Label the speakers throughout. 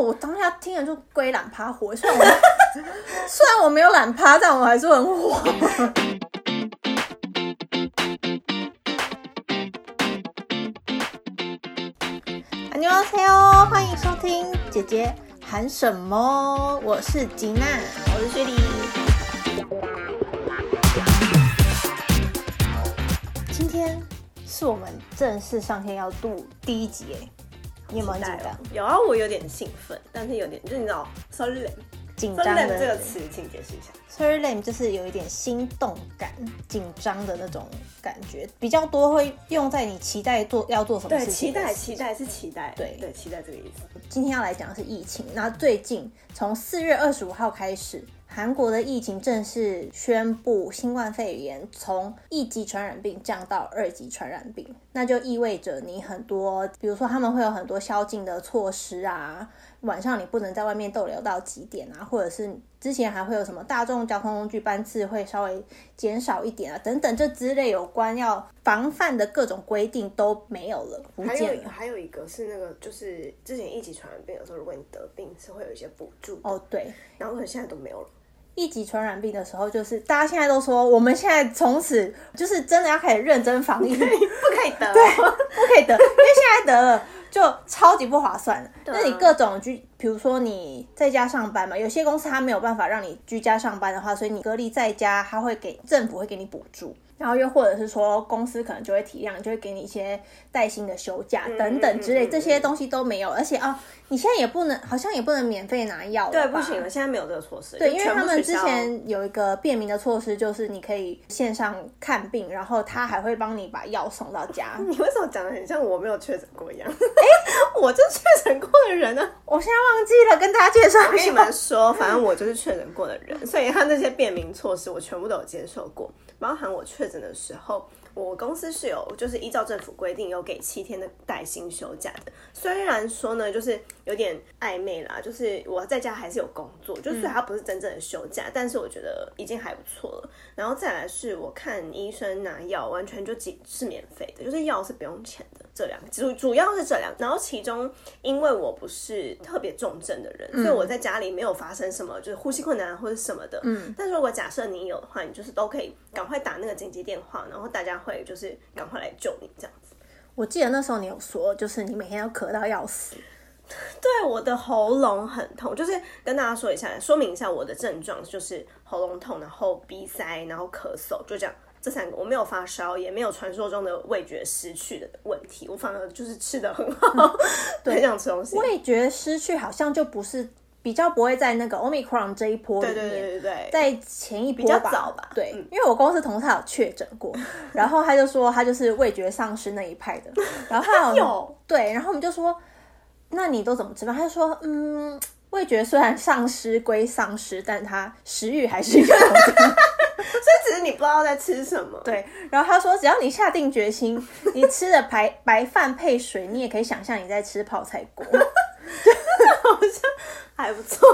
Speaker 1: 我当下听了就归懒趴火，虽然我 虽然我没有懒趴，但我还是很火。 안녕하세요，欢迎收听姐姐喊什么？我是吉娜，我是雪莉。今天是我们正式上线要录第一集耶，你有没有很紧张？嗯
Speaker 2: 有啊，我有点兴奋，但是有点就是你知道 s o l e m
Speaker 1: 紧
Speaker 2: s o
Speaker 1: 张
Speaker 2: l e
Speaker 1: 的
Speaker 2: m 这个词，请解释一下。
Speaker 1: s u r l a m 就是有一点心动感、紧张的那种感觉，比较多会用在你期待做要做什么
Speaker 2: 对，
Speaker 1: 事
Speaker 2: 期
Speaker 1: 情的时候。
Speaker 2: 待，期待是期待，
Speaker 1: 对
Speaker 2: 对，期待这个意思。
Speaker 1: 今天要来讲的是疫情，那最近从四月二十五号开始，韩国的疫情正式宣布新冠肺炎从一级传染病降到二级传染病，那就意味着你很多，比如说他们会有很多宵禁的措施啊，晚上你不能在外面逗留到几点啊，或者是之前还会有什么大众交通工具班次会稍微减少一点啊，等等这之类有关要防范的各种规定都没有了，不
Speaker 2: 还
Speaker 1: 见
Speaker 2: 有
Speaker 1: 了。
Speaker 2: 还有一个是那个，就是之前一级传染病的时候，如果你得病是会有一些补助的，
Speaker 1: 哦，对，
Speaker 2: 然后可能现在都没有了。
Speaker 1: 一级传染病的时候，就是大家现在都说，我们现在从此就是真的要开始认真防疫，不
Speaker 2: 不可以得， 对，
Speaker 1: 可以得，因为现在得了就超级不划算了。
Speaker 2: 啊
Speaker 1: 那你各种居，比如说你在家上班嘛，有些公司它没有办法让你居家上班的话，所以你隔离在家，它会给政府会给你补助。然后又或者是说，公司可能就会体谅，就会给你一些带薪的休假等等之类，
Speaker 2: 嗯嗯嗯
Speaker 1: 这些东西都没有。而且啊、你现在也不能，好像也不能免费拿药了
Speaker 2: 对，
Speaker 1: 吧
Speaker 2: 不行了，现在没有这个措施。
Speaker 1: 对，
Speaker 2: 就
Speaker 1: 因为
Speaker 2: 全部
Speaker 1: 他们
Speaker 2: 取
Speaker 1: 之
Speaker 2: 消
Speaker 1: 前有一个便民的措施，就是你可以线上看病，然后他还会帮你把药送到 家。
Speaker 2: 你为什么讲的很像我没有确诊过一样？ 我就确诊过的人呢、啊。
Speaker 1: 我现在忘记了跟大家介绍一
Speaker 2: 跟你
Speaker 1: 下，
Speaker 2: 们说，反正我就是确诊过的人，所以他那些便民措施我全部都有接受过。包含我确诊的时候，我公司是有就是依照政府规定有给七天的带薪休假的。虽然说呢，就是有点暧昧啦，就是我在家还是有工作，就是它不是真正的休假，但是我觉得已经还不错了。然后再来是我看医生拿药，完全就几是免费的，就是药是不用钱的。这两个主主要是这两个，然后其中因为我不是特别重症的人，所以我在家里没有发生什么就是呼吸困难啊或者什么的。嗯，但是如果假设你有的话，你就是都可以赶快打那个紧急电话，然后大家会就是赶快来救你这样子。
Speaker 1: 我记得那时候你有说，就是你每天要咳到要死，
Speaker 2: 对，我的喉咙很痛，就是跟大家说一下，说明一下我的症状，就是喉咙痛，然后鼻塞，然后咳嗽，就这样。这三个我没有发烧，也没有传说中的味觉失去的问题，我反而就是吃的很 好，很想吃东西。
Speaker 1: 味觉失去好像就不是比较不会在那个 omicron 这一波里
Speaker 2: 对
Speaker 1: 面。
Speaker 2: 对对对对，
Speaker 1: 在前一波
Speaker 2: 比较早吧
Speaker 1: 对，
Speaker 2: 嗯
Speaker 1: 因为我公司同事他有确诊 过，然后他就说他就是味觉丧失那一派的，然后他
Speaker 2: 有
Speaker 1: 对，然后我们就说，那你都怎么吃饭？他就说，嗯，味觉虽然丧失归丧失，但他食欲还是有 的。
Speaker 2: 只是你不知道在吃什么。
Speaker 1: 对，然后他说，只要你下定决心，你吃的白白饭配水，你也可以想象你在吃泡菜锅，
Speaker 2: 还不错。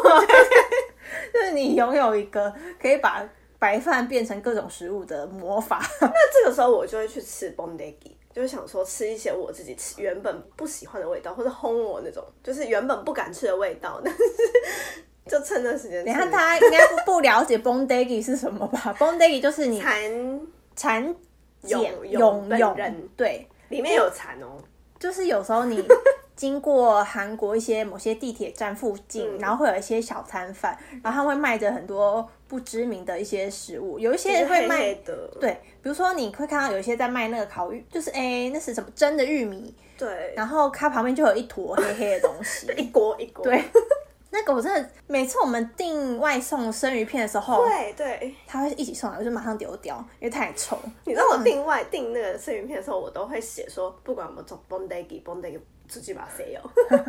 Speaker 1: 就是你拥有一个可以把白饭变成各种食物的魔法。
Speaker 2: 那这个时候我就会去吃 b o n d e g i 就是想说吃一些我自己吃原本不喜欢的味道，或者烘我那种，就是原本不敢吃的味道，但是就趁这时间吃。
Speaker 1: 你 看，大家应该不不了解 bondegi 是什么吧？bondegi 就是你
Speaker 2: 蚕
Speaker 1: 蚕茧
Speaker 2: 蛹
Speaker 1: 蛹
Speaker 2: 本
Speaker 1: 蛹
Speaker 2: 人，
Speaker 1: 对，
Speaker 2: 里面有蚕哦，
Speaker 1: 就是有时候 你经过韩国一些某些地铁站附近，
Speaker 2: 嗯
Speaker 1: 然后会有一些小摊贩，然后他会卖着很多不知名的一些食物，有一些
Speaker 2: 就是
Speaker 1: 会
Speaker 2: 黑
Speaker 1: 卖
Speaker 2: 黑的。
Speaker 1: 对，比如说你会看到有一些在卖那个烤玉，就是哎、那是什么蒸的玉米，
Speaker 2: 对，
Speaker 1: 然后它旁边就有一坨黑黑的东 西，
Speaker 2: 一锅一锅。
Speaker 1: 对。那个我真的每次我们订外送生鱼片的时候，
Speaker 2: 对对，
Speaker 1: 他会一起送来，我就马上丢掉，因为太臭。
Speaker 2: 你知道
Speaker 1: 嗯
Speaker 2: 我订外订那个生鱼片的时候，我都会写说，不管我们做 b o n d e g i b o n d e g i 出去吧，谁有？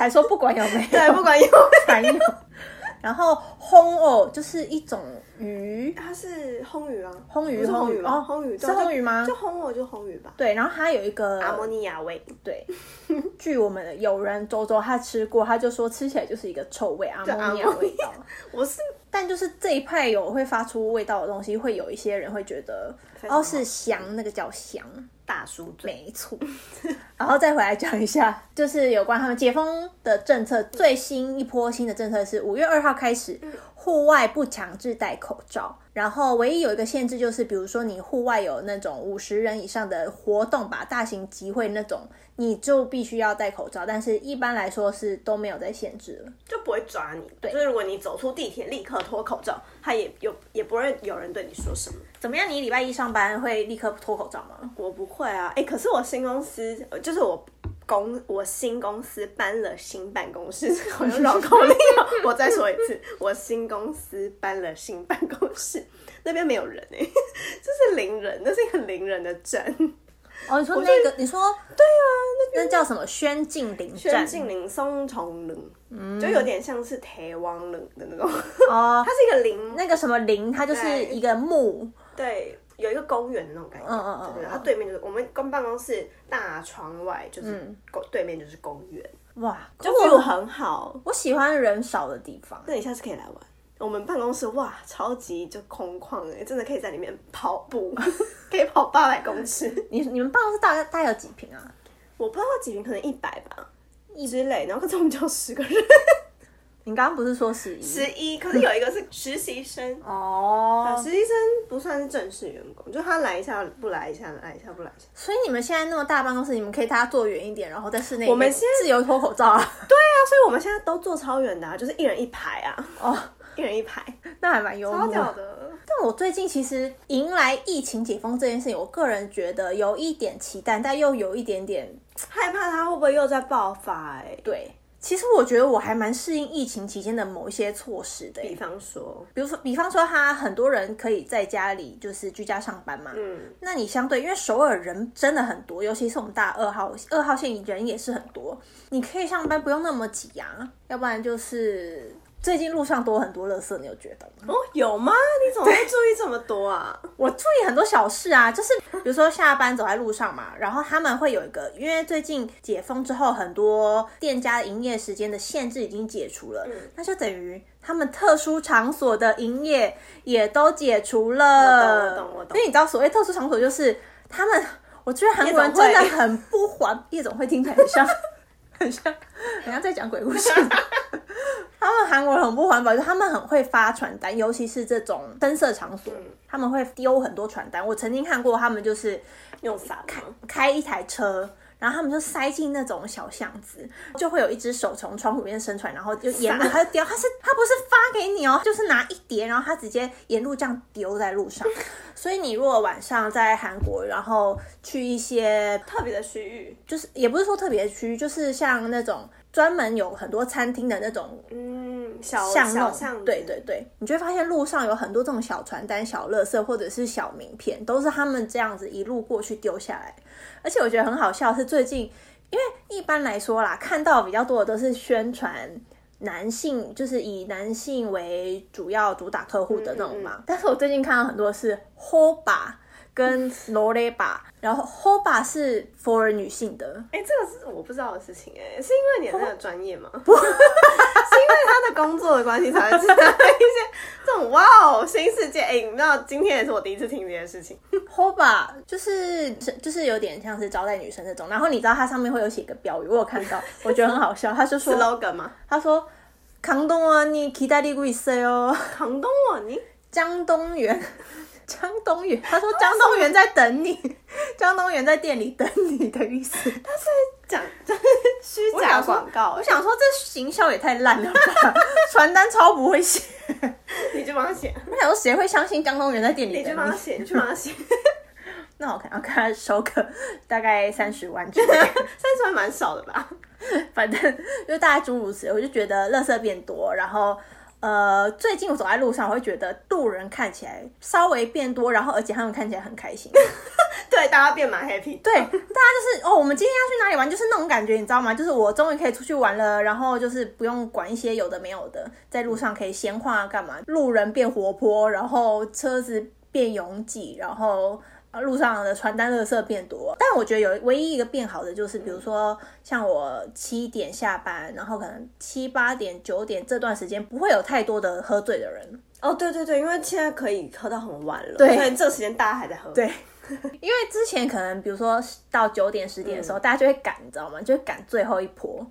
Speaker 1: 还说不管有没有，
Speaker 2: 哦对，不管有，
Speaker 1: 还有。 然后烘藕就是一种鱼，
Speaker 2: 它是烘鱼啊，
Speaker 1: 烘鱼
Speaker 2: 不是
Speaker 1: 烘
Speaker 2: 烘
Speaker 1: 鱼
Speaker 2: 吗？
Speaker 1: 哦
Speaker 2: 烘鱼
Speaker 1: 是
Speaker 2: 对啊
Speaker 1: 烘鱼吗
Speaker 2: 就烘我就烘鱼吧。
Speaker 1: 对，然后它有一个
Speaker 2: 阿莫尼亚味，
Speaker 1: 对，据我们的友人周周他吃过，他就说吃起来就是一个臭味，阿
Speaker 2: 阿
Speaker 1: 莫尼亚
Speaker 2: 莫尼
Speaker 1: 味道。
Speaker 2: 我是
Speaker 1: 但就是这一派有会发出味道的东西，会有一些人会觉得
Speaker 2: 非常
Speaker 1: 哦
Speaker 2: 好
Speaker 1: 是香，那个叫香。
Speaker 2: 大书嘴。
Speaker 1: 没错， 然后再回来讲一下，就是有关他们解封的政策，最新一波新的政策是五月二号开始，户外不强制戴口罩，然后唯一有一个限制就是，比如说你户外有那种五十人以上的活动吧，大型集会那种，你就必须要戴口罩，但是一般来说是都没有在限制了。
Speaker 2: 就不会抓你。对，就是如果你走出地铁立刻脱口罩，他也有也不会有人对你说什么。
Speaker 1: 怎么样？你礼拜一上班会立刻脱口罩吗？
Speaker 2: 我不会啊，哎、可是我新公司，呃就是我公我新公司搬了新办公室， 好像绕口令哦。我再说一 次，我新公司搬了新办公室，那边没有人哎、 就是零人，那是一个零人的站。
Speaker 1: 哦，你说那个，你说对啊，那叫什么宣敬林
Speaker 2: 边
Speaker 1: 站？
Speaker 2: 境林松虫林，就有点像是台湾人的那种，
Speaker 1: 哦
Speaker 2: 它，是一个林
Speaker 1: 那个什么林，它就是
Speaker 2: 对
Speaker 1: 一个木，
Speaker 2: 对，有一个公园那种感觉，
Speaker 1: 嗯嗯嗯
Speaker 2: 对对，
Speaker 1: 嗯
Speaker 2: 它对面就是我们公办公室大窗外就是公、对面就是公园，
Speaker 1: 嗯哇，
Speaker 2: 就
Speaker 1: 我
Speaker 2: view 很好。
Speaker 1: 我喜欢人少的地方。
Speaker 2: 那你下次可以来玩。我们办公室哇，超级就空旷哎、真的可以在里面跑 步，可以跑八百公尺。
Speaker 1: 你你们办公室大概大概有几平啊？
Speaker 2: 我不知道几平，可能一百吧，之类。然后可是我们只有十 个人，
Speaker 1: 你刚刚不是说十一？
Speaker 2: 十一，可是有一个是实习生，
Speaker 1: 哦，
Speaker 2: 实习生不算是正式员工，就他来一下不来一下，来一下不来一下。
Speaker 1: 所以你们现在那么大办公室，你们可以大家坐远一点，然后在室内
Speaker 2: 我们
Speaker 1: 也
Speaker 2: 现在
Speaker 1: 自由脱口罩 啊。
Speaker 2: 那所以我们现在都坐超远的、啊，就是一人一排啊，
Speaker 1: 哦，
Speaker 2: 一人一排，哦
Speaker 1: 那还蛮幽
Speaker 2: 超
Speaker 1: 默
Speaker 2: 屌
Speaker 1: 的。
Speaker 2: 的。
Speaker 1: 但我最近其实迎来疫情解封这件事情，我个人觉得有一点期待，但又有一点点
Speaker 2: 害怕它会不会又在爆发、欸？
Speaker 1: 对。其实我觉得我还蛮适应疫情期间的某一些措施的耶，
Speaker 2: 比方说，
Speaker 1: 比如说，比方说，他很多人可以在家里就是居家上班嘛。
Speaker 2: 嗯，
Speaker 1: 那你相对，因为首尔人真的很多，尤其是我们大二号二号线人也是很多，你可以上班不用那么挤啊，要不然就是最近路上多很多垃圾，你有觉得吗？
Speaker 2: 哦，有吗？你怎么会注意这么多啊？
Speaker 1: 我注意很多小事啊，就是比如说下班走在路上嘛，然后他们会有一个，因为最近解封之后，很多店家的营业时间的限制已经解除
Speaker 2: 嗯
Speaker 1: 了，那就等于他们特殊场所的营业也都解除了。
Speaker 2: 我懂我懂我懂
Speaker 1: 因为你知道，所谓特殊场所就是他们，我觉得韩国人
Speaker 2: 夜总
Speaker 1: 真
Speaker 2: 会
Speaker 1: 的很不环， 夜总会听起来很像， 很像，很像在讲鬼故 事。他们韩国人很不环保，就是他们很会发传单，尤其是这种深色场所，
Speaker 2: 嗯
Speaker 1: 他们会丢很多传单。我曾经看过他们就是
Speaker 2: 用伞吗？
Speaker 1: 开一台车，然后他们就塞进那种小巷子，就会有一只手从窗户里面伸出来，然后就沿路
Speaker 2: 傻
Speaker 1: 它就丢，它是它不是发给你哦， 就是拿一叠，然后它直接沿路这样丢在路上。所以你如果晚上在韩国，然后去一些
Speaker 2: 特别的区域，
Speaker 1: 就是也不是说特别区，就是像那种专门有很多餐厅的那种
Speaker 2: 嗯，小
Speaker 1: 巷弄，
Speaker 2: 小巷子
Speaker 1: 对对对，你就会发现路上有很多这种小传单、小垃圾或者是小名片，都是他们这样子一路过去丢下来。而且我觉得很好笑的是最近，因为一般来说啦，看到比较多的都是宣传。男性就是以男性为主要主打客户的
Speaker 2: 嗯
Speaker 1: 那种嘛，但是我最近看到很多是 hoba 跟 loreba，然后 hoba 是 for 女性的，
Speaker 2: 哎、这个是我不知道的事情哎、是因为你的那个专业吗？ 不，是因为他的工作的关系才会知道一些这种哇哦新世界。哎、你知道今天也是我第一次听这件事情，
Speaker 1: Hoba 就是就是有点像是招待女生那种，然后你知道它上面会有写一个标语，我有看 到，我觉得很好笑。他就说，
Speaker 2: slogan 吗？
Speaker 1: 他说啊강동원이기다리고있어요，
Speaker 2: 扛东我你
Speaker 1: 哦江东元，江东元，他说江东元在等你， 江东元在店里等你的意思。
Speaker 2: 讲虚
Speaker 1: 我
Speaker 2: 假
Speaker 1: 想说
Speaker 2: 广告、
Speaker 1: 我
Speaker 2: 欸，
Speaker 1: 想说这行销也太烂了 吧，传单超不会写。
Speaker 2: 你去帮他写，
Speaker 1: 我想说谁会相信江东元在店里
Speaker 2: 你去
Speaker 1: 等
Speaker 2: 帮
Speaker 1: 你
Speaker 2: 他？写，你去帮他 写。
Speaker 1: 那我可能要跟他收个大概三十万之类的。
Speaker 2: 三十万蛮少的吧？
Speaker 1: 反正就大家诸如此类，我就觉得垃圾变多，然后。呃，最近我走在路上，我会觉得路人看起来稍微变多，然后而且他们看起来很开心。
Speaker 2: 对，大家变蛮 happy。
Speaker 1: 对，大 家就是哦，我们今天要去哪里玩，就是那种感觉，你知道吗？就是我终于可以出去玩了，然后就是不用管一些有的没有的，在路上可以闲晃啊，干嘛？路人变活泼，然后车子变拥挤，然后。呃路上的传单垃圾变多，但我觉得有唯一一个变好的就是，比如说像我七点下班，然后可能七八点、九点这段时间不会有太多的喝醉的人，
Speaker 2: 哦，对对对，因为现在可以喝到很晚了，
Speaker 1: 对
Speaker 2: 所以这个时间大家还在喝。
Speaker 1: 对，因为之前可能比如说到九点十点的时候，大家就会赶，你知道吗？就会赶最后一波，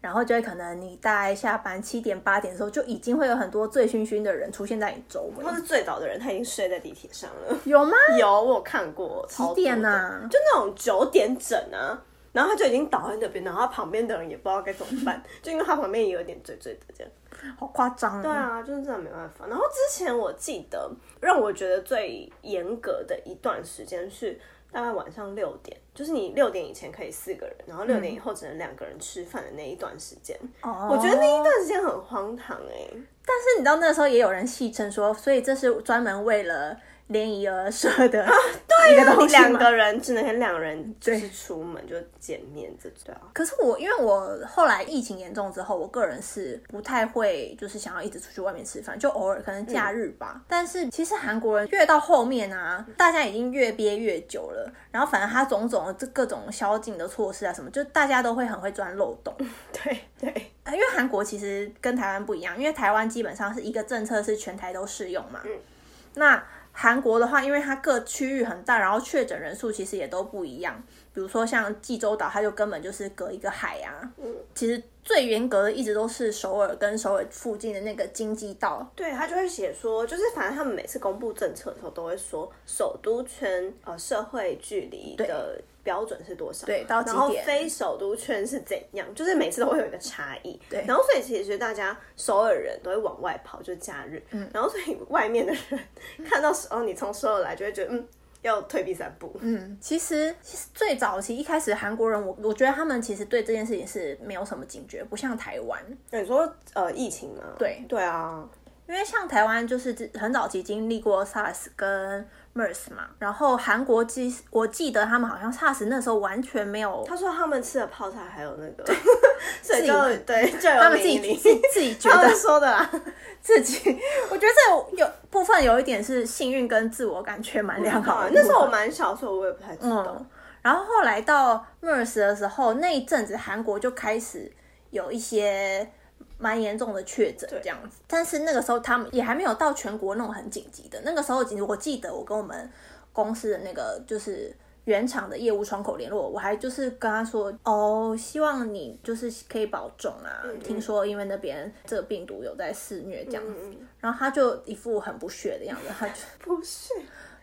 Speaker 1: 然后就会可能你大概下班七点八点的时候，就已经会有很多醉醺醺的人出现在你周围
Speaker 2: 或。是最早的人，他已经睡在地铁上了。
Speaker 1: 有吗？
Speaker 2: 有，我有看过，几
Speaker 1: 几点啊
Speaker 2: 就那种九点整啊，然后他就已经倒在那边，然后他旁边的人也不知道该怎么 办，就因为他旁边也有点醉醉的这样。
Speaker 1: 好夸张、哦。对
Speaker 2: 对，啊，就是真的没办法。然后之前我记得让我觉得最严格的一段时间是大概晚上六点，就是你六点以前可以四个人，然后六点以后只能两个人吃饭的那一段时间。
Speaker 1: 哦
Speaker 2: 我觉得那一段时间很荒唐哎、
Speaker 1: 但是你知道那时候也有人戏称说，所以这是专门为了联谊而 设的一个东西
Speaker 2: 两
Speaker 1: 吗
Speaker 2: 个人只能跟两个人就是出门就见面这对啊。
Speaker 1: 可是我因为我后来疫情严重之后，我个人是不太会就是想要一直出去外面吃饭，就偶尔可能假日吧。但是其实韩国人越到后面啊，大家已经越憋越久了，然后反正他种种的这各种宵禁的措施啊什么，就大家都会很会钻漏洞。
Speaker 2: 对对，
Speaker 1: 啊因为韩国其实跟台湾不一样，因为台湾基本上是一个政策是全台都适用嘛。那韩国的话，因为它各区域很大，然后确诊人数其实也都不一样。比如说像济州岛，它就根本就是隔一个海啊。其实最严格的一直都是首尔跟首尔附近的那个京畿道。
Speaker 2: 对他就会写说，就是反正他们每次公布政策的时候都会说，首都圈呃社会距离的标准是多少，
Speaker 1: 对到几
Speaker 2: 然后
Speaker 1: 点
Speaker 2: 非首都圈是怎样，就是每次都会有一个差异。
Speaker 1: 对
Speaker 2: 然后所以其实大家首尔人都会往外跑，就是假日，嗯，然后所以外面的人看到时候你从首尔来，就会觉得嗯要退避三步，嗯，
Speaker 1: 嗯，其实其实最早期一开始韩国人，我我觉得他们其实对这件事情是没有什么警觉，不像台湾。
Speaker 2: 你说呃疫情吗？
Speaker 1: 对
Speaker 2: 对啊，
Speaker 1: 因为像台湾就是之很早期经历过 SARS 跟 MERS 嘛，然后韩国记我记得他们好像 SARS 那时候完全没有，
Speaker 2: 他说他们吃的泡菜还有那个，所以就
Speaker 1: 自己
Speaker 2: 对就有
Speaker 1: 他们自己
Speaker 2: 免疫力
Speaker 1: 自己自己觉
Speaker 2: 他
Speaker 1: 得
Speaker 2: 们说的啊啦。
Speaker 1: 自己，我觉得这有部分有一点是幸运跟自我感觉蛮良好
Speaker 2: 啊
Speaker 1: 的，
Speaker 2: 那时候我蛮小的时候，我也不太知道。
Speaker 1: 嗯，然后后来到 MERS 的时候，那一阵子韩国就开始有一些蛮严重的确诊这样子，但是那个时候他们也还没有到全国那种很紧急的。那个时候紧，我记得我跟我们公司的那个就是。原厂的业务窗口联络，我还就是跟他说哦，希望你就是可以保重啊。听说因为那边这个病毒有在肆虐这样子，
Speaker 2: 嗯
Speaker 1: 然后他就一副很不屑的样子，他就
Speaker 2: 不是，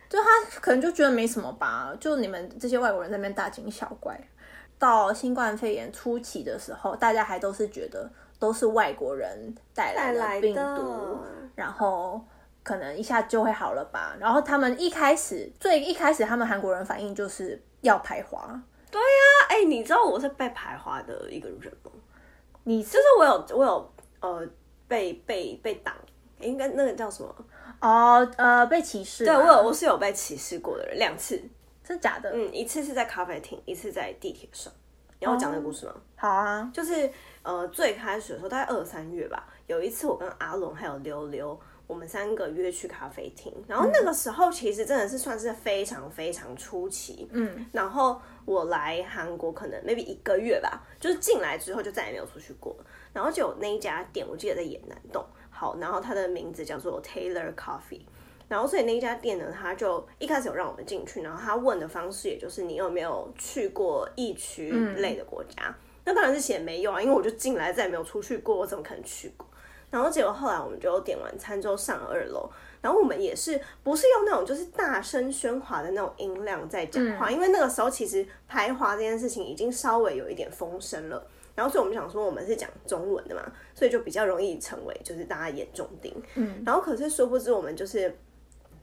Speaker 1: 就他可能就觉得没什么吧，就你们这些外国人在那边大惊小怪。到新冠肺炎初期的时候，大家还都是觉得都是外国人带来
Speaker 2: 带
Speaker 1: 的
Speaker 2: 来的
Speaker 1: 病毒，然后可能一下就会好了吧。然后他们一开始最一开始，他们韩国人反应就是要排华。
Speaker 2: 那哎、你知道我是被排华的一个人吗？
Speaker 1: 你是
Speaker 2: 就是我有我有呃被被被挡，应该那个叫什么？
Speaker 1: 哦呃被歧视吗？
Speaker 2: 对我有我是有被歧视过的人两次，
Speaker 1: 真假的？
Speaker 2: 嗯，一次是在咖啡厅，一次在地铁上。你要我讲那个故事吗？
Speaker 1: 好啊，
Speaker 2: 就是呃最开始的时候，大概二三月吧，有一次我跟阿龙还有溜溜，我们三个约去咖啡厅，然后那个时候其实真的是算是非常非常出奇，嗯，然后我来韩国可能 maybe 一个月吧，就是进来之后就再也没有出去过了，然后就有那一家店，我记得在野南洞，好，然后它的名字叫做 Taylor Coffee。然后，所以那一家店呢，他就一开始有让我们进去，然后他问的方式也就是你有没有去过疫区类的国家，那当然是写没有啊，因为我就进来再也没有出去过，我怎么可能去过？然后结果后来我们就点完餐之后上二楼，然后我们也是不是用那种就是大声喧哗的那种音量在讲话，因为那个时候其实排华这件事情已经稍微有一点风声了。然后所以我们想说我们是讲中文的嘛，所以就比较容易成为就是大家眼中钉。嗯，然后可是殊不知我们就是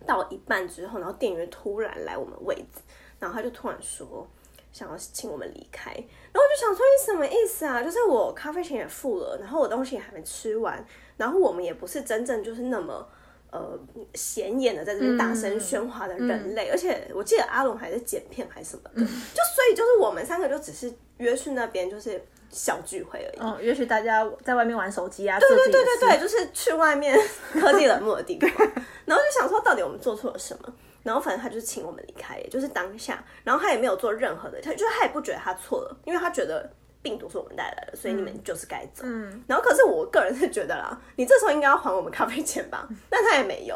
Speaker 2: 到一半之后，然后店员突然来我们位置，然后他就突然说想要请我们离开，然后我就想说你什么意思啊？就是我咖啡钱也付了，然后我东西也还没吃完，然后我们也不是真正就是那么。呃，显眼的在这边大声喧哗的人类，而且我记得阿龙还是剪片还是什么的，就所以就是我们三个就只是约去那边就是小聚会而已，
Speaker 1: 嗯，也许大家在外面玩手机啊，对
Speaker 2: 对对对对，就是去外面 科技冷漠的地方。 然后就想说，到底我们做错了什么？然后反正他就请我们离开，也就是当下。然后他也没有做任何的，他就是他也不觉得他错了，因为他觉得病毒是我们带来的，所以你们就是该走。然后可是我个人是觉得啦，你这时候应该要还我们咖啡钱吧？但他也没有。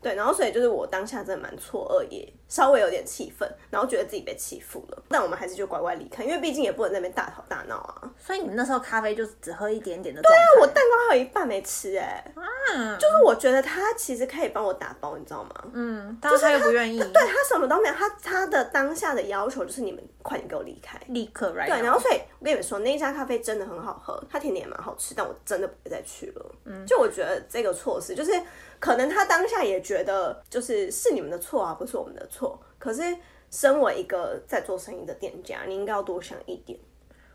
Speaker 2: 对，然后所以就是我当下真的蛮错愕，也稍微有点气愤，然后觉得自己被欺负了。但我们还是就乖乖离开，因为毕竟也不能在那边大吵大闹啊。
Speaker 1: 所以你们那时候咖啡就是只喝一点点的状态。对
Speaker 2: 我蛋糕还有一半没吃哎、
Speaker 1: 啊，
Speaker 2: 就是我觉得他其实可以帮我打包，你知道吗？
Speaker 1: 嗯，但是他又不愿意，
Speaker 2: 对他什么都没有，他他的当下的要求就是你们快点给我离开。
Speaker 1: 立刻 right。
Speaker 2: 对，然后所以我跟你们说，那一家咖啡真的很好喝，它甜点也蛮好吃，但我真的不会再去了。嗯，就我觉得这个措施，就是可能他当下也觉得就是是你们的错啊，不是我们的错。可是身为一个在做生意的店家，你应该要多想一点。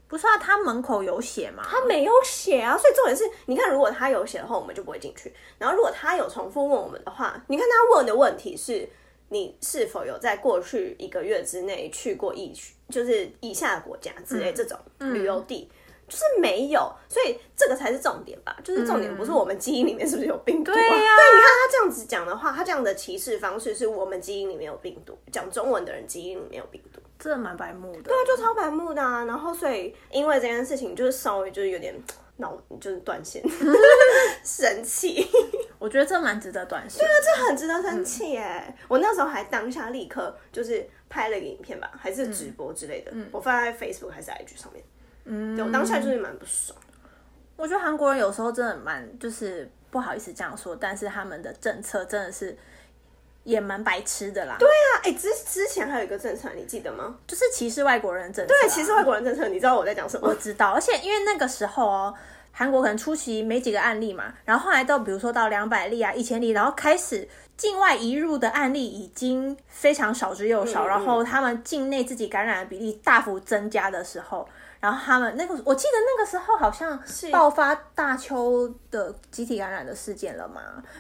Speaker 1: 不是啊，他门口有写嘛？
Speaker 2: 他没有写啊，所以重点是，你看，如果他有写的话，我们就不会进去。然后，如果他有重复问我们的话，你看他问的问题是：你是否有在过去一个月之内去过疫区，就是以下国家之类这种嗯旅游地？就是没有，所以这个才是重点吧。就是重点不是我们基因里面是不是有病毒、啊
Speaker 1: 对呀
Speaker 2: 对，你看他这样子讲的话，他这样的歧视方式是我们基因里面有病毒，讲中文的人基因里面有病毒。
Speaker 1: 真的蛮白目的。对
Speaker 2: 就超白目的啊。然后所以因为这件事情，就是稍微就是有点脑就是断线， 生气，
Speaker 1: 我觉得啊这蛮值得短视。
Speaker 2: 这很值得生气耶、我那时候还当下立刻就是拍了个影片吧，还是直播之类的，我放在 Facebook 还是 IG 上面。嗯，对我当下就是蛮不爽。
Speaker 1: 我觉得韩国人有时候真的蛮就是不好意思这样说，但是他们的政策真的是也蛮白痴的啦。对，
Speaker 2: 那哎、之之前还有一个政策，你记得吗？
Speaker 1: 就是歧视外国人的政策、啊
Speaker 2: 对，其实外国人政策，你知道我在讲什么
Speaker 1: 我？知道，而且因为那个时候哦，韩国可能出席没几个案例嘛，然后后来到比如说到两百例啊、一千例，然后开始境外移入的案例已经非常少之又少，
Speaker 2: 嗯嗯
Speaker 1: 然后他们境内自己感染的比例大幅增加的时候。然后他们那个，我记得那个时候好像爆发大邱的集体感染的事件了嘛，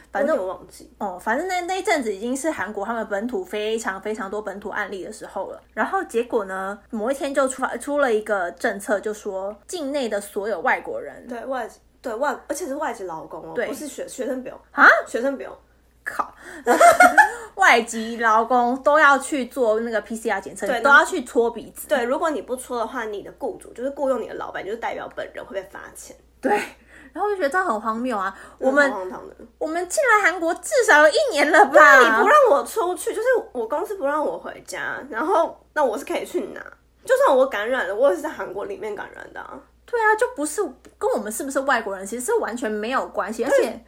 Speaker 1: 反
Speaker 2: 反
Speaker 1: 正
Speaker 2: 正我忘记。
Speaker 1: 哦，反正那那一阵子已经是韩国他们本土非常非常多本土案例的时候了。然后结果呢，某一天就出来出了一个政策，就说境内的所有外国人，
Speaker 2: 对外对外，而且是外籍劳工哦，
Speaker 1: 对
Speaker 2: 不是学学生不用
Speaker 1: 啊，
Speaker 2: 学生不用。
Speaker 1: 靠，外籍劳工都要去做那个 PCR 检测，
Speaker 2: 对
Speaker 1: 都要去搓鼻子。
Speaker 2: 对，如果你不出的话，你的雇主就是雇佣你的老板，就是代表本人会被罚钱。
Speaker 1: 对，然后我就觉得这很荒谬啊！我
Speaker 2: 蛮
Speaker 1: 们
Speaker 2: 荒唐的，哦
Speaker 1: 我们进来韩国至少有一年了吧？
Speaker 2: 那你不让我出去，就是我公司不让我回家，然后那我是可以去哪？就算我感染了，我也是在韩国里面感染的、啊。
Speaker 1: 对啊，就不是跟我们是不是外国人，其实是完全没有关系，而且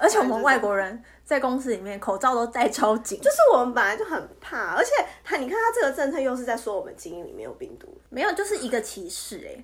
Speaker 1: 而且我们外国人在公司里面口罩都戴超紧，就
Speaker 2: 就是我们本来就很怕，而且他，你看他这个政策又是在说我们基因里面有病毒，
Speaker 1: 没有就是一个歧视哎、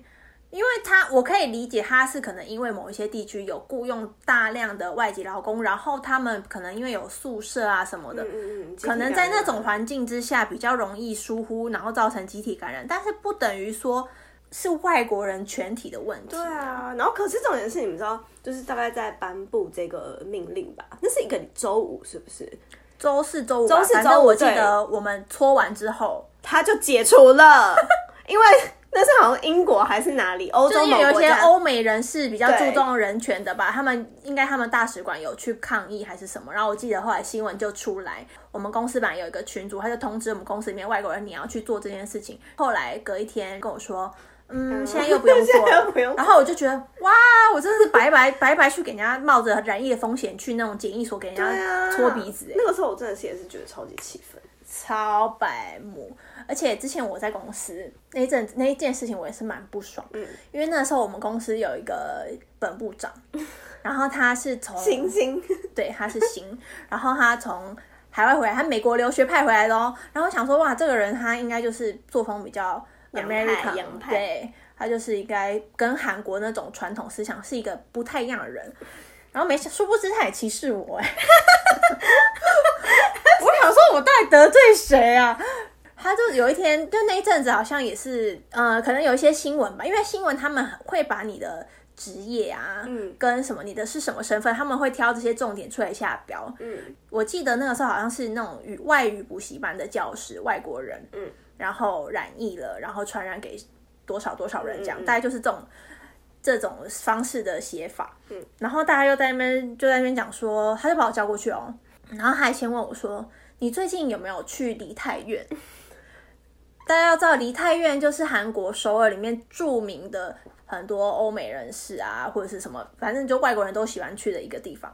Speaker 1: 因为他我可以理解他是可能因为某一些地区有雇佣大量的外籍劳工，然后他们可能因为有宿舍啊什么的。
Speaker 2: 嗯嗯，
Speaker 1: 可
Speaker 2: 可
Speaker 1: 能在那种环境之下比较容易疏忽，然后造成集体感染，但是不等于说是外国人全体的问题。
Speaker 2: 对啊，然后可是重点是，你们知道，就是大概在颁布这个命令吧，那是一个周五，是不是？
Speaker 1: 周四周五吧，
Speaker 2: 周四
Speaker 1: 反正
Speaker 2: 周五
Speaker 1: 我记
Speaker 2: 对
Speaker 1: 得我们搓完之后，
Speaker 2: 他就解除 了，因为那是好像英国还是哪里，欧
Speaker 1: 就
Speaker 2: 洲
Speaker 1: 是
Speaker 2: 某
Speaker 1: 有一
Speaker 2: 国
Speaker 1: 些
Speaker 2: 家，
Speaker 1: 欧美人士比较
Speaker 2: 对
Speaker 1: 注重人权的吧，他们应该他们大使馆有去抗议还是什么，然后我记得后来新闻就出来，我们公司版有一个群主，他就通知我们公司里面外国人你要去做这件事情，后来隔一天跟我说。嗯，现在又不用做
Speaker 2: 现在又不用
Speaker 1: 了，然后我就觉得哇，我真的是白白白白去给人家冒着染疫的风险去那种检疫所给人
Speaker 2: 对啊
Speaker 1: 家搓鼻子、欸
Speaker 2: 那个时候我真的是也是觉得超级气愤，
Speaker 1: 超白目。而且之前我在公司那一阵那一件事情，我也是蛮不爽，嗯，因为那时候我们公司有一个本部长，然后他是从
Speaker 2: 星星，
Speaker 1: 对，他是新， 然后他从海外回来，他美国留学派回来的哦。然后我想说，哇，这个人他应该就是作风比较
Speaker 2: 洋派
Speaker 1: American，
Speaker 2: 洋派
Speaker 1: 对他就是应该跟韩国那种传统思想是一个不太一样的人。然后没想，殊不知他也歧视我 哎、我想说，我到底得罪谁啊？他就有一天，就那一阵子好像也是，呃，可能有一些新闻吧，因为新闻他们会把你的职业啊，
Speaker 2: 嗯
Speaker 1: 跟什么你的是什么身份，他们会挑这些重点出来下标。
Speaker 2: 嗯，
Speaker 1: 我记得那个时候好像是那种语外语补习班的教师，外国人，
Speaker 2: 嗯，
Speaker 1: 然后染疫了，然后传染给多少多少人这样，
Speaker 2: 嗯嗯
Speaker 1: 大概就是这种这种方式的写法，嗯，然后大家又在那边就在那边讲说，他就把我叫过去哦，然后他还先问我说，你最近有没有去梨泰院？ 大家要知道，梨泰院就是韩国首尔里面著名的很多欧美人士啊，或者是什么，反正就外国人都喜欢去的一个地方。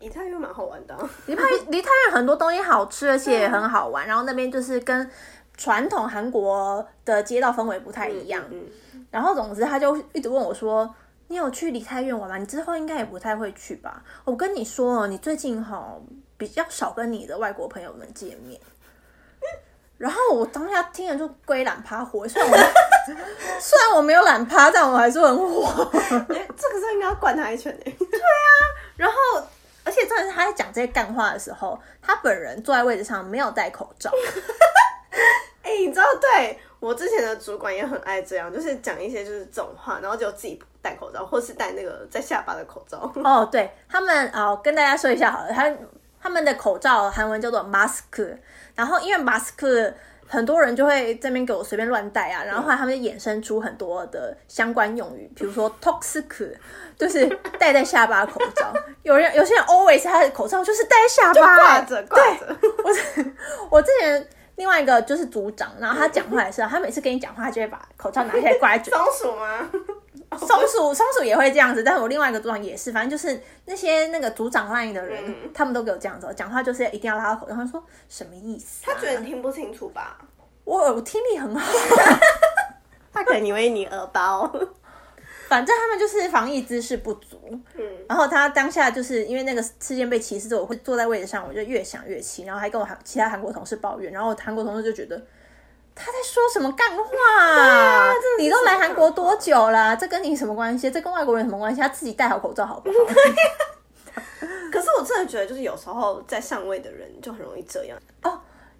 Speaker 2: 以太又蛮好玩的啊、
Speaker 1: 梨 泰梨泰院很多东西好吃，而且也很好玩。然后那边就是跟传统韩国的街道氛围不太一样。
Speaker 2: 嗯，
Speaker 1: 然后总之他就一直问我说：“你有去梨泰院玩吗？你之后应该也不太会去吧？”我跟你说哦，你最近哈、比较少跟你的外国朋友们见 面。然后我当下听了就归懒趴火，虽然 我虽然我没有懒趴，但我还是很火。
Speaker 2: 哎这个时候应该要灌他一拳哎、
Speaker 1: 然后，而且重点是他在讲这些干话的时候，他本人坐在位置上没有戴口罩。
Speaker 2: 哎、你知道，对我之前的主管也很爱这样，就是讲一些就是这种话，然后就自己戴口罩，或是戴那个在下巴的口罩。
Speaker 1: 哦，对他们哦，跟大家说一下好了，他他们的口罩韩文叫做 mask，然后因为 mask 很多人就会这边给我随便乱戴啊，然后后来他们就衍生出很多的相关用语，比如说 toxic，就是 戴在下巴口罩，有人有些人 always 他的口罩就是戴在下巴，
Speaker 2: 挂着挂着，
Speaker 1: 我之我之前另外一个就是组长，然后他讲话也是啊，他每次跟你讲话就会把口罩拿下来挂在嘴。
Speaker 2: 松鼠吗？
Speaker 1: 松鼠松鼠也会这样子，但是我另外一个组长也是，反正就是那些那个组长 line 的人，
Speaker 2: 嗯
Speaker 1: 他们都给我这样子哦，讲话就是一定要拉到口罩。他说什么意思、啊？
Speaker 2: 他觉得你听不清楚吧？
Speaker 1: 我我听力很好，
Speaker 2: 他可能以为你耳包。
Speaker 1: 反正他们就是防疫知识不足。
Speaker 2: 嗯，
Speaker 1: 然后他当下就是因为那个事件被歧视之后，我会坐在位置上，我就越想越气，然后还跟我韩其他韩国同事抱怨，然后韩国同事就觉得他在说什么干话、啊
Speaker 2: 真的是
Speaker 1: 你都来韩国多久了？这跟你什么关系？这跟外国人有什么关系？他自己戴好口罩好不好？
Speaker 2: 可是我真的觉得，就是有时候在上位的人就很容易这样。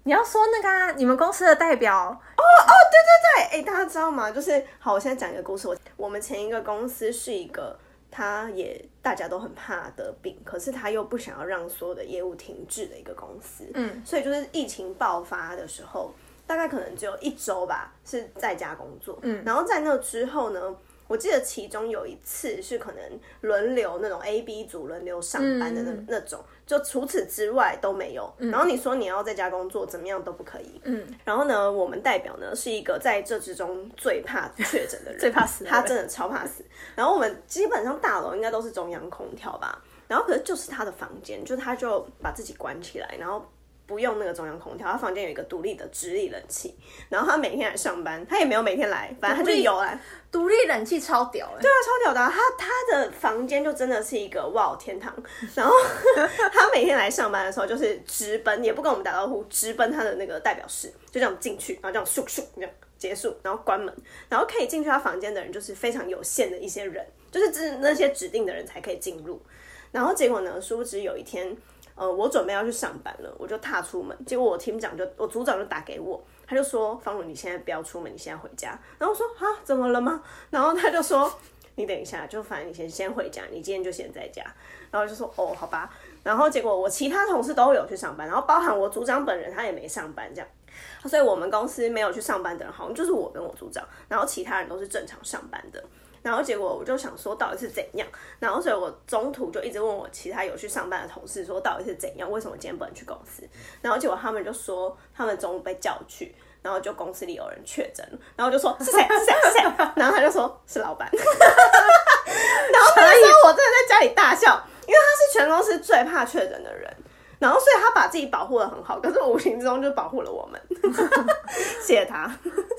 Speaker 1: 你要说那个、啊、你们公司的代表
Speaker 2: 对，哎、大家知道吗？就是好，我现在讲一个故事。我我们前一个公司是一个，他也大家都很怕得病，可是他又不想要让所有的业务停滞的一个公司。
Speaker 1: 嗯，
Speaker 2: 所以就是疫情爆发的时候，大概可能只有一周吧，是在家工作。嗯，然后在那之后呢？我记得其中有一次是可能轮流那种 A、B 组轮流上班的那、
Speaker 1: 嗯
Speaker 2: 那种，就除此之外都没有。然后你说你要在家工作，怎么样都不可以。然后呢，我们代表呢是一个在这之中最怕确诊的人，
Speaker 1: 最怕死的人
Speaker 2: 他真的超怕死。然后我们基本上大楼应该都是中央空调吧，然后可是就是他的房间，就他就把自己关起来，然后不用那个中央空调，他房间有一个独立的直立冷气，然后他每天来上班，他也没有每天来，反正他
Speaker 1: 独
Speaker 2: 就
Speaker 1: 立
Speaker 2: 有啊来，
Speaker 1: 独立冷气超屌哎、
Speaker 2: 对啊，超屌的啊、他他的房间就真的是一个哇天堂。然后 他每天来上班的时候，就是直奔，也不跟我们打招呼，直奔他的那个代表室，就这样进去，然后这样咻咻这样结束，然后关门，然后可以进去他房间的人就是非常有限的一些人，就是只那些指定的人才可以进入。然后结果呢，殊不知有一天，呃，我准备要去上班了，我就踏出门，结果我 team 长就我组长就打给我，他就说：“方如，你现在不要出门，你现在回家。”然后我说：“啊，怎么了吗？”然后他就说：“你等一下，就反正你先先回家，你今天就先在家。”然后我就说：“哦，好吧。”然后结果我其他同事都有去上班，然后包含我组长本人他也没上班，这样。所以我们公司没有去上班的人，好像就是我跟我组长，然后其他人都是正常上班的。然后结果我就想说到底是怎样，然后所以我中途就一直问我其他有去上班的同事说到底是怎样，为什么今天不能去公司？然后结果他们就说他们中午被叫去，然后就公司里有人确诊了，然后我就说是谁是谁是谁， 然后他就说是老板，然后那时候我真的在家里大笑，因为他是全公司最怕确诊的人。然后，所以他把自己保护的很好，可是我无形之中就保护了我们， 谢谢他。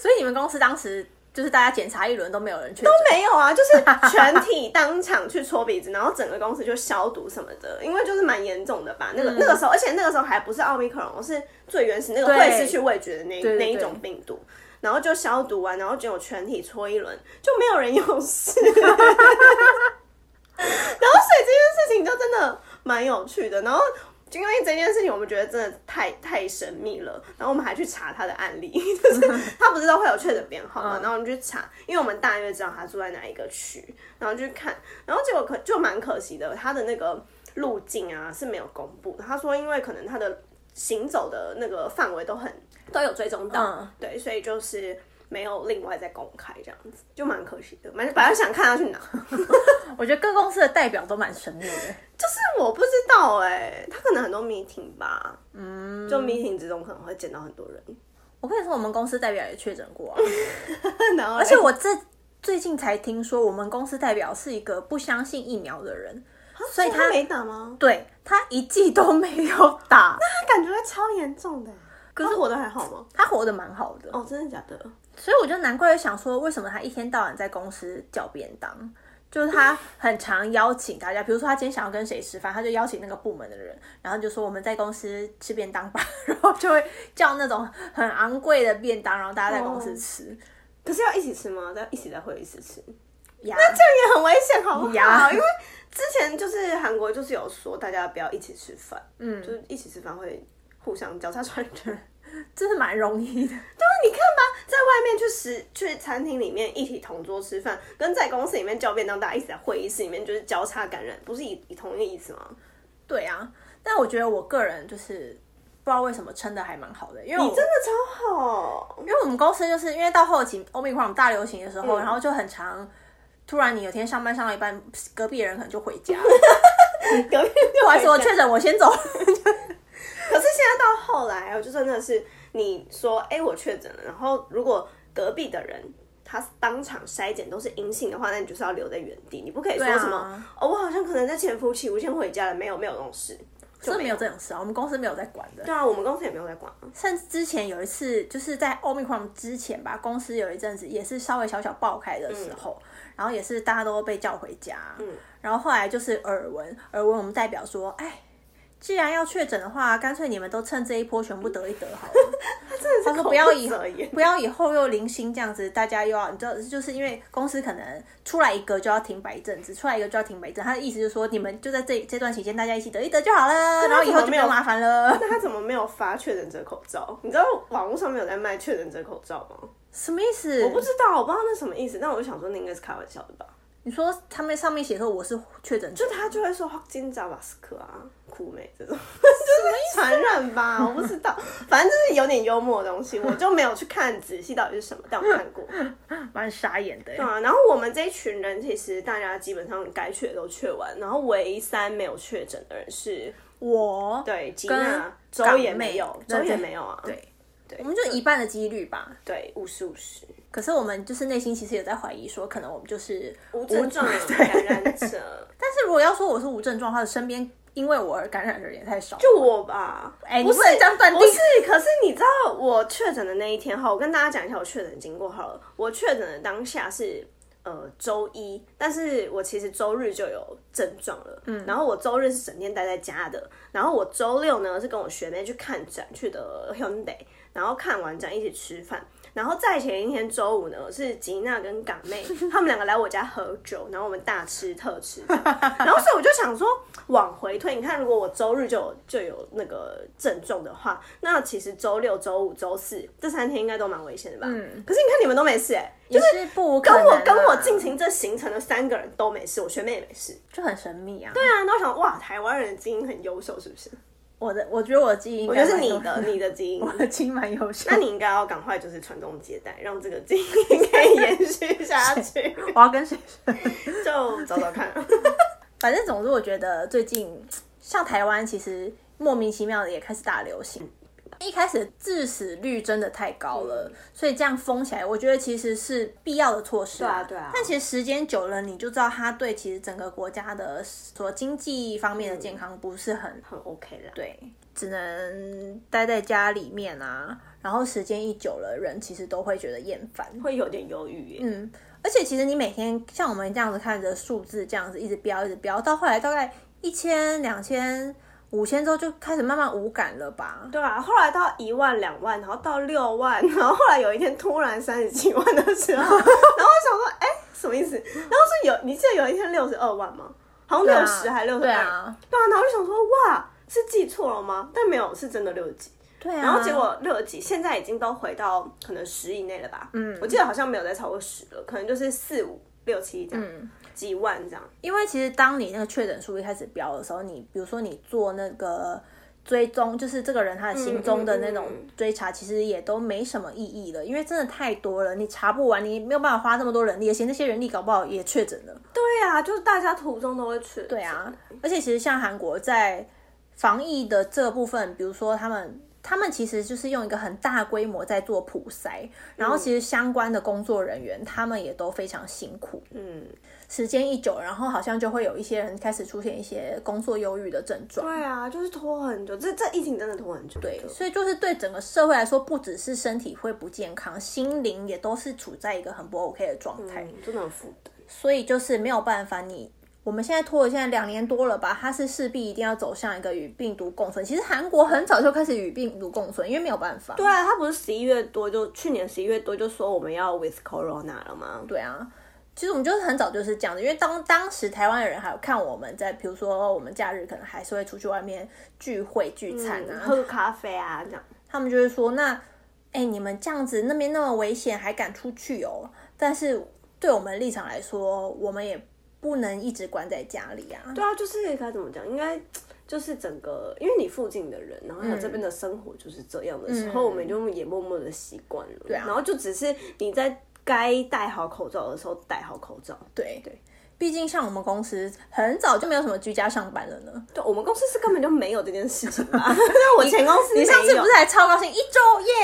Speaker 1: 所以你们公司当时就是大家检查一轮都没有人确诊，
Speaker 2: 没有啊，就是全体当场去搓鼻子，然后整个公司就消毒什么的，因为就是蛮严重的吧。那个、那个时候，而且那个时候还不是奥密克戎，是最原始那个
Speaker 1: 对
Speaker 2: 会失去味觉的那
Speaker 1: 对对
Speaker 2: 那一
Speaker 1: 对
Speaker 2: 种病毒。然后就消毒完，然后结果全体搓一轮，就没有人有事。 然后所以这件事情就真的蛮有趣的。然后就因为这件事情，我们觉得真的太太神秘了。然后我们还去查他的案例， 就是他不是都会有确诊编号
Speaker 1: 嗯
Speaker 2: 嘛？然后我们去查，因为我们大约知道他住在哪一个区，然后去看，然后结果可就蛮可惜的，他的那个路径啊是没有公布的。他说，因为可能他的行走的那个范围都很都有追踪到，
Speaker 1: 嗯
Speaker 2: 对，所以就是。没有另外再公开这样子，就蛮可惜的。蛮本来想看他去哪，
Speaker 1: 我觉得各公司的代表都蛮神秘的。
Speaker 2: 但我不知道哎、他可能很多 meeting 吧，嗯，就 meeting 之中可能会见到很多人。
Speaker 1: 我跟你说，我们公司代表也确诊过、啊，
Speaker 2: 然后
Speaker 1: 而
Speaker 2: 嘞，
Speaker 1: 且我这最近才听说，我们公司代表是一个不相信疫苗的人。所以他
Speaker 2: 没打吗？
Speaker 1: 对他一季都没有打，
Speaker 2: 他感觉超严重的。可是活得还好吗？
Speaker 1: 他活得蛮好的，
Speaker 2: 哦，真的假的？
Speaker 1: 所以我就难怪会想说，为什么他一天到晚在公司叫便当？就是他很常邀请大家，比如说他今天想要跟谁吃饭，他就邀请那个部门的人，然后就说我们在公司吃便当吧， 然后就会叫那种很昂贵的便当，然后大家在公司吃。
Speaker 2: 可是要一起吃吗？在一起才会一起吃，
Speaker 1: 呀
Speaker 2: 这样也很危险，好不
Speaker 1: 呀
Speaker 2: 好？哦因为之前就是韩国就是有说大家不要一起吃饭，嗯，就是一起吃饭会互相交叉传染。
Speaker 1: 真的蛮容易的。
Speaker 2: 你看吧，在外面去食去餐厅里面一起同桌吃饭，跟在公司里面叫便当，大家一起在会议室里面就是交叉感染，不是以以同一个意思吗？
Speaker 1: 对啊，但我觉得我个人就是不知道为什么撑的还蛮好的，因为我
Speaker 2: 你真的超好，
Speaker 1: 因为我们公司就是因为到后期 Omicron 大流行的时候，
Speaker 2: 嗯
Speaker 1: 然后就很常突然你有天上班上到一半，隔壁的人可能就回家了，
Speaker 2: 隔壁就
Speaker 1: 我还 说确诊我先 走。
Speaker 2: 可是现在到后来，哦我就真的是你说，哎、我确诊了，然后如果隔壁的人他当场筛检都是阴性的话，那你就是要留在原地，你不可以说
Speaker 1: 对啊
Speaker 2: 什么、哦，我好像可能在潜伏期，我先回家了，没有没有这种事，就
Speaker 1: 真的没有这种事啊，我们公司没有在管的。
Speaker 2: 对啊，我们公司也没有在管啊。
Speaker 1: 甚至之前有一次，就是在 Omicron 之前吧，公司有一阵子也是稍微小小爆开的时候，然后也是大家都被叫回家，然后后来就是耳闻，耳闻我们代表说，哎，既然要确诊的话，干脆你们都趁这一波全部得一得 好了。
Speaker 2: 他
Speaker 1: 说不要 以
Speaker 2: 择言，
Speaker 1: 不要以后又零星这样子，大家又要你知道，就是因为公司可能出来一个就要停摆一阵子，出来一个就要停摆一阵，他的意思就是说你们就在这这段期间大家一起得一得就好了，然后以后就不用麻烦了。
Speaker 2: 那他怎么没有发确诊者口罩？你知道网络上面有在卖确诊者口罩吗？
Speaker 1: 什么意思？
Speaker 2: 我不知道，我不知道那什么意思。但我就想说，那应该是开玩笑的吧？
Speaker 1: 你说他们上面写说我是确诊者，
Speaker 2: 就他就会说金扎马斯克啊、酷美这种，就是传染 吧，我不知道，反正就是有点幽默的东西，我就没有去看仔细到底是什么，但我看过。
Speaker 1: 蛮傻眼的耶。
Speaker 2: 对啊，然后我们这一群人其实大家基本上该确的都确完，然后唯三没有确诊的人是
Speaker 1: 我
Speaker 2: 对吉
Speaker 1: 跟
Speaker 2: 娜，周
Speaker 1: 港
Speaker 2: 也
Speaker 1: 妹
Speaker 2: 没有，
Speaker 1: 对
Speaker 2: 周
Speaker 1: 对
Speaker 2: 也没有啊，
Speaker 1: 对
Speaker 2: 对
Speaker 1: 我们就一半的几率吧。
Speaker 2: 对，五十五十，
Speaker 1: 可是我们就是内心其实有在怀疑说，可能我们就是
Speaker 2: 无症 状
Speaker 1: 无
Speaker 2: 感
Speaker 1: 对
Speaker 2: 染者，
Speaker 1: 但是如果要说我是无症状的话，身边因为我而感染的人也太少。
Speaker 2: 就我吧，
Speaker 1: 哎
Speaker 2: 不
Speaker 1: 你
Speaker 2: 是
Speaker 1: 不能这样断定
Speaker 2: 不是，可是你知道我确诊的那一天哈，我跟大家讲一下我确诊的经过好了。我确诊的当下是呃周一，但是我其实周日就有症状了，嗯，然后我周日是整天待在家的，然后我周六呢是跟我学妹去看展，去的 Hyundai，然后看完展一起吃饭。然后再前一天周五呢，是吉娜跟港 妹他们两个来我家喝酒，然后我们大吃特吃这样，然后所以我就想说往回推，你看如果我周日就有就有那个症状的话，那其实周六、周五、周四这三天应该都蛮危险的吧？嗯。可是你看你们都没事哎、
Speaker 1: 也是不无可
Speaker 2: 跟
Speaker 1: 能
Speaker 2: 我
Speaker 1: 啊
Speaker 2: 跟我进行这行程的三个人都没事，我学妹也没事。
Speaker 1: 就很神秘啊。
Speaker 2: 对啊，那我想哇，台湾人的基因很优秀是不是？
Speaker 1: 我的我觉得我的基因应
Speaker 2: 我
Speaker 1: 该
Speaker 2: 觉得是
Speaker 1: 蛮
Speaker 2: 你
Speaker 1: 优
Speaker 2: 的，你的 基因
Speaker 1: 我。的基因蛮优秀
Speaker 2: 那。你应该要赶快就是传宗接代，让这个基因可以延续下去，
Speaker 1: 我要跟谁说？
Speaker 2: 就找找看。
Speaker 1: 反正总之，我觉得最近像台湾，其实莫名其妙的也开始大流行。一开始致死率真的太高了，
Speaker 2: 嗯
Speaker 1: 所以这样封起来，我觉得其实是必要的措施、
Speaker 2: 对啊对啊
Speaker 1: 但其实时间久了，你就知道它对其实整个国家的所经济方面的健
Speaker 2: 嗯
Speaker 1: 康不是很
Speaker 2: 很 OK 啦。
Speaker 1: 对，只能待在家里面啊。然后时间一久了，人其实都会觉得厌烦。
Speaker 2: 会有点忧郁耶。
Speaker 1: 嗯，而且其实你每天像我们这样子看着数字这样子一直飙一直飙，到后来大概一千、两千、五千之后就开始慢慢无感了吧？
Speaker 2: 对啊，后来到一万、两万，然后到六万， 然后后来有一天突然三十七万的 时候，然后我想说，哎、什么意思？然后是有，你记得有一天六十二万吗？好像
Speaker 1: 对啊
Speaker 2: 六十还六十二，
Speaker 1: 对啊
Speaker 2: 对啊，然后就想说，哇，是记错了吗？但没有，是真的六十几。
Speaker 1: 对啊。
Speaker 2: 然后结果六十几，现在已经都回到可能十以内了吧？嗯，我记得好像没有再超过十了，可能就是四五六七这样，
Speaker 1: 嗯
Speaker 2: 几万这样。
Speaker 1: 因为其实当你那个确诊数一开始飙的时候，你比如说你做那个追踪，就是这个人他的行踪的那种
Speaker 2: 嗯嗯
Speaker 1: 追查，其实也都没什么意义了，因为真的太多了，你查不完，你没有办法花这么多人力，而且那些人力搞不好也确诊了。
Speaker 2: 对啊，就是大家途中都会去。
Speaker 1: 对啊，而且其实像韩国在防疫的这个部分，比如说他们。他们其实就是用一个很大规模在做普筛，然后其实相关的工作人员、他们也都非常辛苦，
Speaker 2: 嗯，
Speaker 1: 时间一久，然后好像就会有一些人开始出现一些工作忧郁的症状。
Speaker 2: 对啊，就是拖很久，这这疫情真的拖很久。
Speaker 1: 对，所以就是对整个社会来说，不只是身体会不健康，心灵也都是处在一个很不 OK 的状态。
Speaker 2: 嗯，真的很负担。
Speaker 1: 所以就是没有办法你，我们现在拖了现在两年多了吧，它是势必一定要走向一个与病毒共存。其实韩国很早就开始与病毒共存，因为没有办法。
Speaker 2: 对啊，他不是十一月多就去年十一月多就说我们要 with corona 了吗？
Speaker 1: 对啊，其实我们就是很早就是这样子，因为当当时台湾的人还有看我们在，比如说我们假日可能还是会出去外面聚会聚
Speaker 2: 嗯
Speaker 1: 餐啊，
Speaker 2: 喝个咖啡啊，这样。
Speaker 1: 他们就会说那，哎、你们这样子那边那么危险，还敢出去哦？但是对我们立场来说，我们也不能一直关在家里啊。
Speaker 2: 对啊，就是该怎么讲，应该 就是整个，因为你附近的人，然后还有这边的生活就是这样的时
Speaker 1: 嗯
Speaker 2: 候，我们就也默默的习惯了。对
Speaker 1: 啊
Speaker 2: 然后就只是你在该戴好口罩的时候戴好口罩。
Speaker 1: 对
Speaker 2: 对，
Speaker 1: 毕竟像我们公司很早就没有什么居家上班了呢。
Speaker 2: 对，我们公司是根本就没有这件事情吧？但 我前公司
Speaker 1: 你上
Speaker 2: 没
Speaker 1: 次
Speaker 2: 有
Speaker 1: 不是还超高兴一周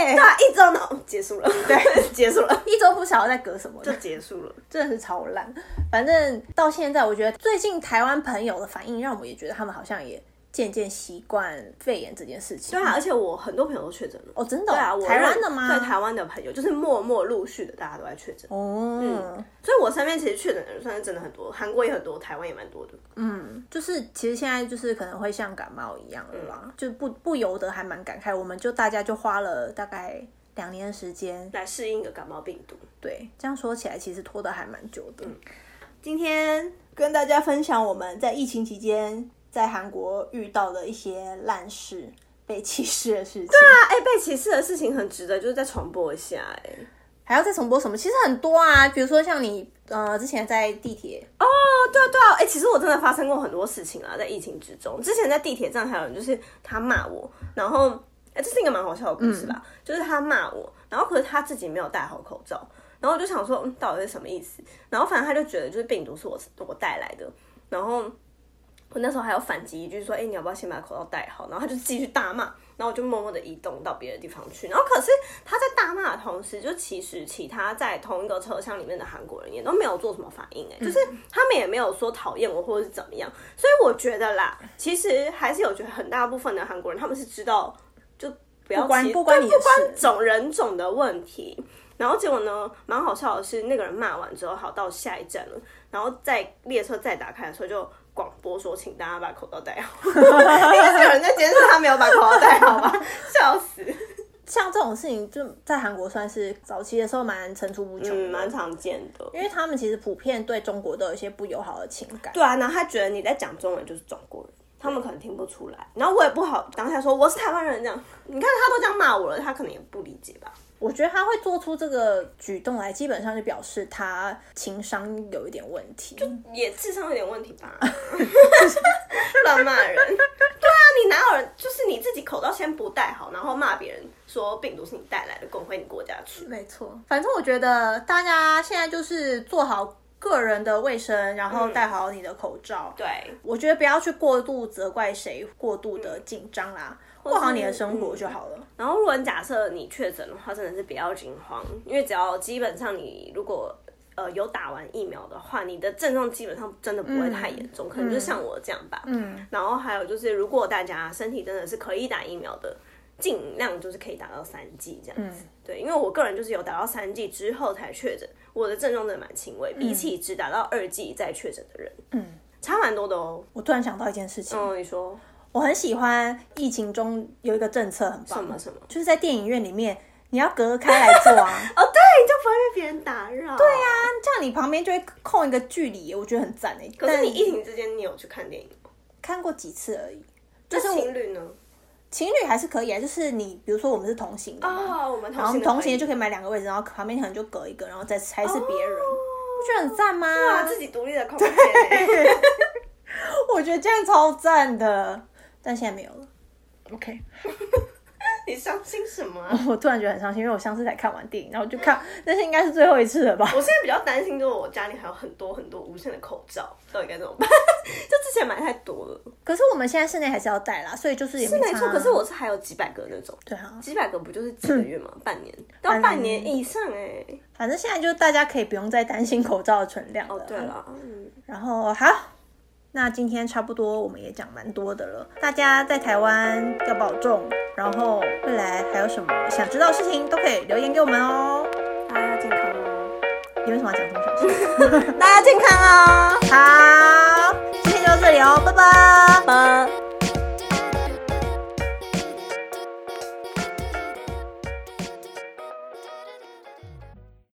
Speaker 1: 耶？
Speaker 2: 对啊，一周呢结束了，对，结束了，
Speaker 1: 一周不晓得在隔什么呢，
Speaker 2: 就结束了。
Speaker 1: 真的是超烂。反正到现在，我觉得最近台湾朋友的反应，让我也觉得他们好像也渐渐习惯肺炎这件事情。
Speaker 2: 对啊，而且我很多朋友都确诊了。
Speaker 1: 哦，真的
Speaker 2: 对
Speaker 1: 哦、
Speaker 2: 啊，我
Speaker 1: 台湾的吗？
Speaker 2: 对台湾的朋友，就是默默陆续的，大家都在确诊。
Speaker 1: 哦，
Speaker 2: 所以我身边其实确诊的人算是真的很多，韩国也很多，台湾也蛮多的。
Speaker 1: 就是其实现在就是可能会像感冒一样了啦，就不不由得还蛮感慨。我们就大家就花了大概两年的时间，
Speaker 2: 来适应一个感冒病毒。
Speaker 1: 对，这样说起来其实拖得还蛮久的。
Speaker 2: 今天
Speaker 1: 跟大家分享我们在疫情期间在韩国遇到的一些烂事、被歧视的事情。
Speaker 2: 啊，哎、被歧视的事情很值得，就是再重播一下、哎，
Speaker 1: 还要再重播什么？其实很多啊，比如说像你呃之前在地铁，
Speaker 2: 哦，对啊对啊，哎、其实我真的发生过很多事情啊，在疫情之中。之前在地铁站还有人就是他骂我，然后哎、这是一个蛮好笑的故事吧，就是他骂我，然后可是他自己没有戴好口罩，然后我就想说，嗯，到底是什么意思？然后反正他就觉得就是病毒是我我带来的，然后。我那时候还有反击一句说：“哎、你要不要先把口罩戴好？”然后他就继续大骂，然后我就默默的移动到别的地方去。然后可是他在大骂的同时，就其实其他在同一个车厢里面的韩国人也都没有做什么反应、哎，就是
Speaker 1: 嗯
Speaker 2: 他们也没有说讨厌我或者是怎么样。所以我觉得啦，其实还是有觉得很大部分的韩国人他们是知道，就不要
Speaker 1: 不关
Speaker 2: 歧
Speaker 1: 不关
Speaker 2: 对
Speaker 1: 你
Speaker 2: 不
Speaker 1: 的
Speaker 2: 关
Speaker 1: 事
Speaker 2: 种人种的问题。然后结果呢，蛮好笑的是，那个人骂完之后，好到下一站了，然后哦在列车再打开的时候就广播说，请大家把口罩戴好， 因为是有人在监视他没有把口罩戴好吧， 笑死，
Speaker 1: 像这种事情就在韩国算是早期的时候蛮层出不穷
Speaker 2: 嗯，
Speaker 1: 的，
Speaker 2: 蛮常见的。
Speaker 1: 因为他们其实普遍对中国都有一些不友好的情感。
Speaker 2: 对啊，然后他觉得你在讲中文就是中国人，他们可能听不出来。然后我也不好当下说我是台湾人这样，你看他都这样骂我了，他可能也不理解吧。
Speaker 1: 我觉得他会做出这个举动来，基本上就表示他情商有一点问题。
Speaker 2: 也智商有点问题吧， 乱骂人。对啊，你哪有人就是你自己口罩先不戴好，然后骂别人说病毒是你带来的，滚回你国家去。
Speaker 1: 没错，反正我觉得大家现在就是做好个人的卫生，然后戴好你的口罩。对。
Speaker 2: 嗯对，
Speaker 1: 我觉得不要去过度责怪谁，过度的
Speaker 2: 嗯
Speaker 1: 紧张啦，过好你的生活就好了。
Speaker 2: 然后如果你假设你确诊的话，真的是不要惊慌，因为只要基本上你如果呃有打完疫苗的话，你的症状基本上真的不会太严重，可能就像我这样吧。嗯。然后还有就是，如果大家身体真的是可以打疫苗的，尽量就是可以打到三剂这样子。对，因为我个人就是有打到三剂之后才确诊，我的症状真的蛮轻微，比起只打到二剂再确诊的人，嗯，差蛮多的哦。
Speaker 1: 我突然想到一件事情，
Speaker 2: 嗯，你说
Speaker 1: 我很喜欢疫情中有一个政策很棒，哦
Speaker 2: 什么什么？
Speaker 1: 就是在电影院里面你要隔开来坐啊，
Speaker 2: 哦，对，你就不会被别人打扰。对呀、
Speaker 1: 啊这样你旁边就会空一个距离，我觉得很赞哎、
Speaker 2: 可是
Speaker 1: 但
Speaker 2: 你疫情之间，你有去看电影吗？
Speaker 1: 看过几次而已，
Speaker 2: 就
Speaker 1: 就是
Speaker 2: 情侣呢？
Speaker 1: 情侣还是可以啊，就是你比如说我们是同行的嘛，
Speaker 2: 哦，我们
Speaker 1: 然后我们同行的就可
Speaker 2: 以
Speaker 1: 以买两个位置，然后旁边可能就隔一个，然后再才是别人，
Speaker 2: 哦
Speaker 1: 不觉得很赞吗？
Speaker 2: 哇，自己独立的空间欸。
Speaker 1: 我觉得这样超赞的，但现在没有了。OK，
Speaker 2: 你伤心什么啊？
Speaker 1: 我突然觉得很伤心，因为我上次才看完电影，然后我就看，但是应该是最后一次了吧？
Speaker 2: 我现在比较担心，就是我家里还有很多很多无限的口罩，到底该怎么办？就之 前买太多了，
Speaker 1: 可是我们现在室内还是要戴啦，所以就是也
Speaker 2: 是没
Speaker 1: 差
Speaker 2: 错。
Speaker 1: 啊
Speaker 2: 可是我是还有几百个那种，
Speaker 1: 对啊，
Speaker 2: 几百个不就是几个月吗？半年到半年以上哎、
Speaker 1: 反正现在就是大家可以不用再担心口罩的存量了。
Speaker 2: 哦，对了，嗯，
Speaker 1: 然后好，那今天差不多我们也讲蛮多的了，大家在台湾要保重，然后未来还有什么想知道的事情都可以留言给我们哦。
Speaker 2: 大家健康哦，
Speaker 1: 你为什么要讲这么小声？
Speaker 2: 大家健康哦。
Speaker 1: 好，今天就到这里哦，拜拜。